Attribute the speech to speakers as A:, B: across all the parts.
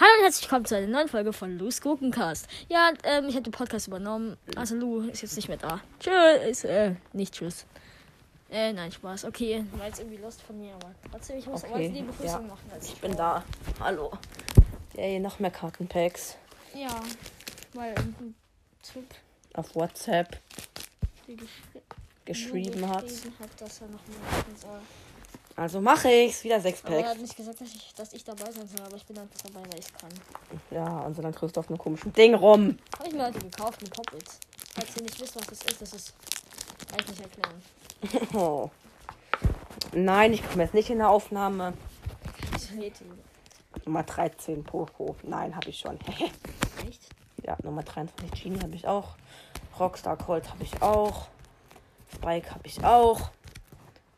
A: Hallo und herzlich willkommen zu einer neuen Folge von Lu's Gurkencast. Ja, ähm, ich habe den Podcast übernommen. Also Lu ist jetzt nicht mehr da. Tschüss. Äh, nicht tschüss. Äh, nein, Spaß. Okay, war jetzt irgendwie lost von mir, aber trotzdem, ich muss
B: Okay,
A: aber jetzt die Begrüßung
B: ja.
A: machen. Als ich
B: Ich bin da. Hallo. Yay, noch mehr Kartenpacks.
A: Ja, weil irgendein Typ
B: Auf WhatsApp
A: mir geschri-
B: geschrieben
A: mir
B: hat.
A: geschrieben hat, dass er noch mehr machen soll.
B: Also mache ich's. Wieder sechs
A: Aber er hat
B: Packs.
A: nicht gesagt, dass ich, dass ich dabei sein soll, aber ich bin einfach dabei, weil ich kann.
B: Ja, und so dann kriegst du auf einem komischen Ding rum.
A: Habe ich mir heute gekauft, ein Pop-It. Falls ihr nicht wisst, was das ist, das ist. Kann ich nicht erklären.
B: Oh. Nein, ich komme jetzt nicht in der Aufnahme.
A: Das ist
B: Nummer 13 Poco. Nein, habe ich schon.
A: Echt?
B: ja, Nummer 23 Genie habe ich auch. Rockstar Colt habe ich auch. Spike habe ich auch.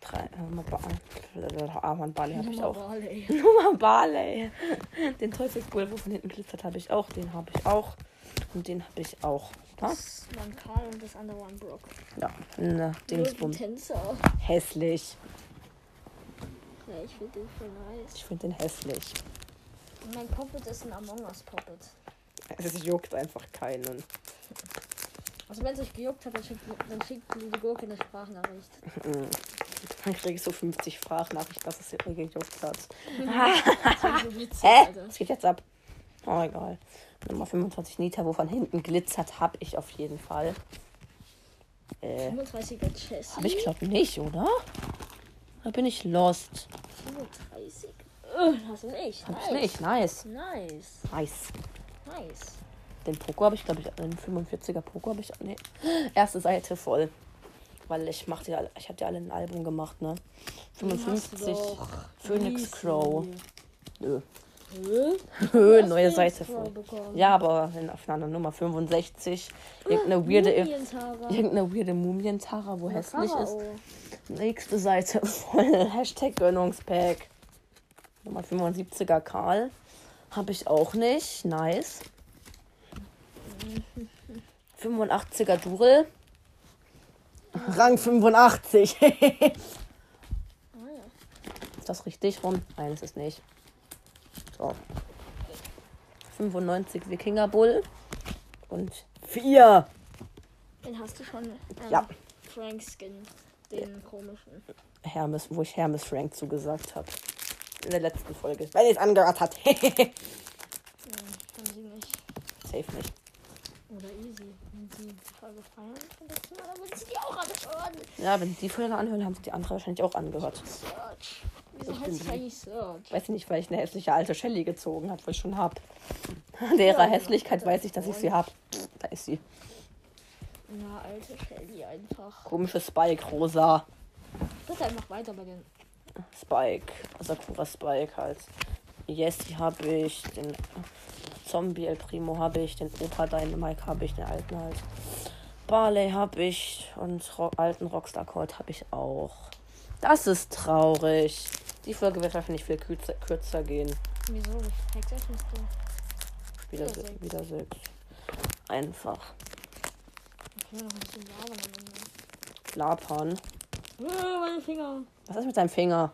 B: Drei, äh, Nummer Ba- äh, Arman Bali habe ich auch.
A: Barley.
B: Nummer Barley. Den Teufelsbull, wo von hinten glitzert, habe ich auch. Den habe ich auch. Und den habe ich auch. Da?
A: Das war ein Karl und das andere war ein Brock.
B: Ja. Na,
A: Nur die
B: Dingsbums.
A: Tänzer.
B: Hässlich.
A: Ja, ich finde den voll nice.
B: Ich finde den hässlich.
A: Und mein Puppet ist ein Among Us Puppet.
B: Es juckt einfach keinen.
A: Also wenn es euch gejuckt hat, dann schickt, dann schickt die Gurke eine Sprachnachricht.
B: Dann kriege ich so 50 Sprachnachrichten, dass es hier gejuckt hat.
A: Das war so witzig,
B: Hä?
A: Alter.
B: Es geht jetzt ab. Oh, egal. Nummer 25 Nita, wo von hinten glitzert, habe ich auf jeden Fall. Äh,
A: 35er Chess.
B: habe ich glaube nicht, oder? Da bin ich lost.
A: 35. Oh, das ist echt.
B: Hab
A: Nice.
B: ich nicht. Nice.
A: Nice.
B: Nice.
A: Nice.
B: Den Poko habe ich, glaube ich, den 45er Poko habe ich. Nee. Erste Seite voll. Weil ich machte ja, alle- ich hatte ja alle ein Album gemacht, ne? 55 Phoenix Crow. Nö.
A: Hä?
B: Nö,
A: hast
B: neue
A: Phoenix
B: Seite
A: Crow
B: voll.
A: bekommen.
B: Ja, aber in, auf einer Nummer 65.
A: Ah,
B: Irgendeine weirde.
A: Mumientara.
B: Irgendeine weirde Mumientara, wo hässlich ist.
A: Pharao.
B: Nächste Seite voll. Hashtag Gönnungspack. Nummer 75er Karl. Hab ich auch nicht. Nice. 85er Durel. Rang 85. ist
A: Ah, ja.
B: das richtig rum? Nein, es ist nicht. So. 95 Wikinger Bull. Und 4.
A: Den hast du schon. Ähm,
B: Ja.
A: Frank Skin. Den komischen.
B: Hermes, wo ich Hermes Frank zugesagt habe. In der letzten Folge. Weil ihr es angehört hat.
A: Haben sie nicht.
B: Safe nicht.
A: Oder easy. Wenn sie die Folge feiern, dann letzten Mal, dann würden sie die auch anhören.
B: Ja, wenn die Folge anhören, haben sie die andere wahrscheinlich auch angehört.
A: Search. Wieso heißt ich eigentlich Search?
B: Weiß ich nicht, weil ich eine hässliche alte Shelly gezogen habe, wo ich schon hab. An ihrer Hässlichkeit weiß ich, dass ich sie hab. Da ist sie.
A: Na, alte Shelly einfach.
B: Komische Spike, rosa.
A: Bitte einfach weiter bei den.
B: Spike. Sakura Spike halt. Yes, die habe ich. Den Zombie El Primo habe ich. Den Opa Dynamite habe ich. Den alten halt. Barley habe ich. Und Ro alten Rockstar Colt habe ich auch. Das ist traurig. Die Folge wird wahrscheinlich viel kürzer, kürzer gehen.
A: Wieso? Hexations du.
B: Wieder,
A: Wieder
B: se-
A: sechs.
B: wieder sechs. Einfach.
A: Dann können wir noch ein bisschen labern am Ende.
B: Lapan.
A: Äh, meine Finger.
B: Was ist mit deinem Finger?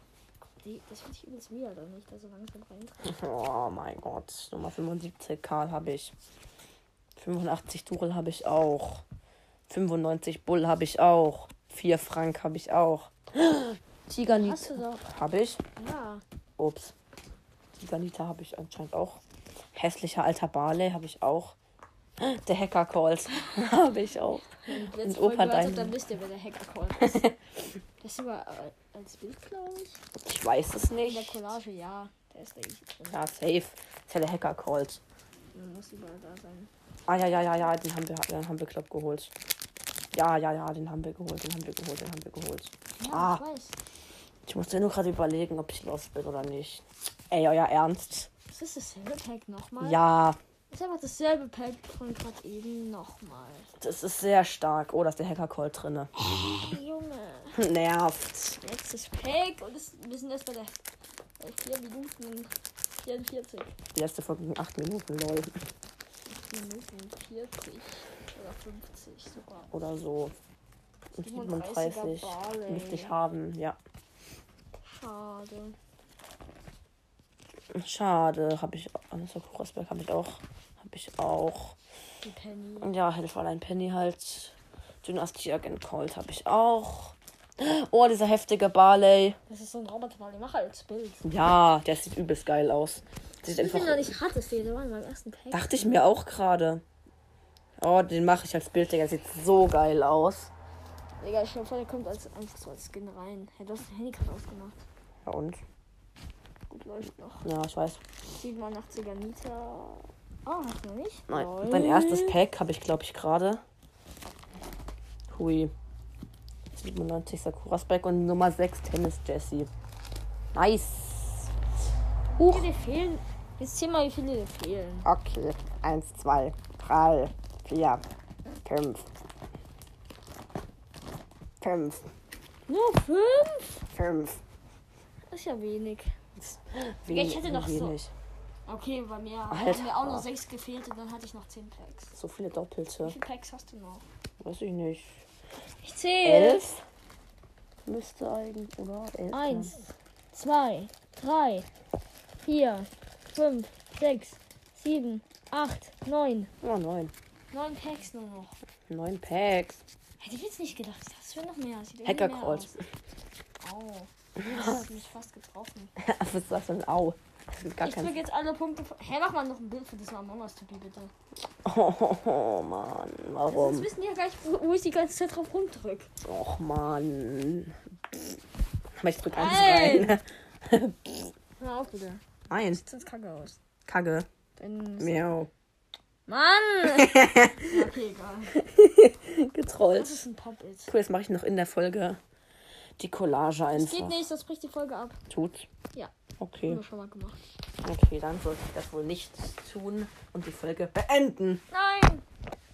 A: Die, das finde ich übelst weird, oder nicht? Da so langsam rein.
B: Oh mein Gott. Nummer 75 Karl habe ich. 85 Durel habe ich auch. 95 Bull habe ich auch. 4 Frank habe ich auch.
A: Hast
B: Tiganita
A: du doch.
B: habe ich.
A: Ja.
B: Ups. Tiganita habe ich anscheinend auch. Hässlicher alter Barley habe ich auch. Der Hacker Calls habe ich auch.
A: Und letzte
B: Opa
A: Folge wartet,
B: Diamond.
A: dann wisst ihr, wer der Hacker Call ist. das ist aber äh, als Bild, glaube ich.
B: Ich weiß es
A: In der
B: nicht.
A: Collage, ja. Der ist der Easy drin.
B: Ja, safe. Ist ja der Hacker Calls.
A: Man muss überall da sein.
B: Ah, ja, ja, ja, ja, den haben wir, den haben wir, glaub, geholt. Ja, ja, ja, den haben wir geholt, den haben wir geholt, den haben wir geholt.
A: Ja,
B: Ah.
A: ich weiß.
B: Ich musste nur gerade überlegen, ob ich lost bin oder nicht. Ey, euer Ernst?
A: Ist das dasselbe Pack nochmal?
B: Ja,
A: Ist einfach dasselbe Pack von gerade eben nochmal.
B: das ist sehr stark. Oh, da ist der Hacker Call drinne.
A: Junge.
B: Nervt.
A: Letztes Pack und es, wir sind erst bei der bei 4 Minuten und 44.
B: Die letzte Folge ging 8 Minuten, lol.
A: 4 Minuten 40 oder 50 sogar.
B: Oder so. Und
A: 37er
B: 37
A: Barley.
B: müsste ich haben, ja.
A: Schade.
B: Schade, habe ich Anissa Kurasberg habe ich auch, habe ich auch.
A: Die Penny.
B: Und ja, Hilferlein Penny halt. Dynastie Agent Colt habe ich auch. Oh, dieser heftige Barley.
A: Das ist so ein Roboter, den ich mache als Bild.
B: Ja, der sieht übelst geil aus. Sieht
A: Ich bin noch
B: einfach.
A: nicht hart, das der war in meinem ersten Pack.
B: Dachte ich mir auch gerade. Oh, den mache ich als Bild, Digga. Sieht so geil aus.
A: Digga, ich glaube, der kommt als, einfach so als Skin rein. Hey, du hast den Handycard aufgemacht.
B: Ja, und?
A: Gut läuft noch.
B: Ja, ich weiß.
A: 87er Nita. Oh, hast du noch nicht?
B: Nein,
A: Lol.
B: mein erstes Pack habe ich, glaube ich, gerade. Hui. 97 Sakurasback und Nummer 6 Tennis Jessie. Nice.
A: Wie
B: Huch.
A: viele dir fehlen? Jetzt zähl mal, wie viele dir fehlen.
B: Okay. 1, 2, 3, 4, 5. 5,
A: Nur fünf?
B: 5.
A: Das ist ja wenig. ich hätte noch so- Okay, bei mir
B: Alter.
A: haben mir auch noch sechs gefehlt und dann hatte ich noch zehn Packs.
B: So viele Doppelte.
A: Wie viele Packs hast du noch?
B: Weiß ich nicht.
A: Ich zähle.
B: Elf? Müsste eigentlich, oder? Elf,
A: Eins, zwei, drei, vier, fünf, sechs, sieben, acht, neun.
B: ne? Ja, neun.
A: Neun Packs nur noch.
B: Neun Packs.
A: Hätte ich jetzt nicht gedacht. Das wäre noch mehr. Sieht irgendwie
B: Hacker
A: mehr
B: Calls.
A: aus. Au. Das hat mich fast getroffen.
B: Was ist das für ein Au? Das ist gar
A: ich
B: kein.
A: drücke jetzt alle Punkte. von- Hä, mach mal noch ein Bild für das Among Us Tobi, bitte.
B: Oh, oh, oh Mann,
A: Sonst
B: warum?
A: wissen die ja gleich, wo, wo ich die ganze Zeit drauf rumdrücke.
B: Och Mann. Aber ich drück eins
A: Nein.
B: rein.
A: Hör auf, bitte.
B: Nein.
A: Sieht kacke aus.
B: Kacke.
A: Dann
B: Miau.
A: Mann! okay, egal. Das
B: Getrollt.
A: ist ein Pop-It.
B: Cool, jetzt mache ich noch in der Folge die Collage
A: Das geht
B: einfach.
A: nicht, das bricht die Folge ab.
B: Tut's?
A: Ja, haben
B: Okay.
A: wir schon mal gemacht.
B: Okay, dann sollte ich das wohl nicht tun und die Folge beenden.
A: Nein!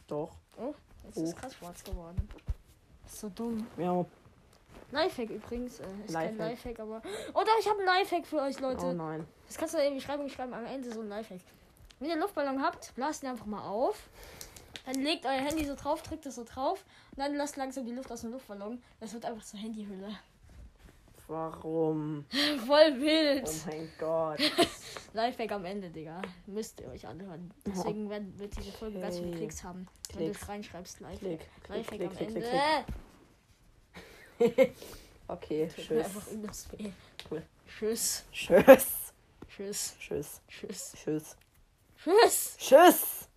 B: Doch.
A: Oh, jetzt ist es krass schwarz geworden. Ist so dumm.
B: Miau.
A: Lifehack übrigens. Äh, ist kein
B: Lifehack.
A: Lifehack, aber. Oder ich habe einen Lifehack für euch, Leute.
B: Oh nein.
A: Das kannst du in die Beschreibung schreiben, am Ende so ein Lifehack. Wenn ihr einen Luftballon habt, blast ihn einfach mal auf. Dann legt euer Handy so drauf, drückt es so drauf und dann lasst langsam die Luft aus dem Luftballon. Das wird einfach zur Handyhülle.
B: Warum?
A: Voll wild.
B: Oh mein Gott.
A: Lifehack am Ende, Digga. Müsst ihr euch anhören. Deswegen werden, wird diese Folge ganz viele
B: Okay.
A: Klicks haben. Wenn du
B: Klicks.
A: es reinschreibst, Lifehack.
B: Klick, klick,
A: Lifehack
B: klick,
A: am
B: klick,
A: Ende.
B: klick, klick. Okay,
A: Tut mir einfach
B: tschüss.
A: übelst weh.
B: Cool.
A: Tschüss.
B: Tschüss.
A: Tschüss.
B: Tschüss.
A: Tschüss.
B: Tschüss.
A: Tschüss.
B: Tschüss.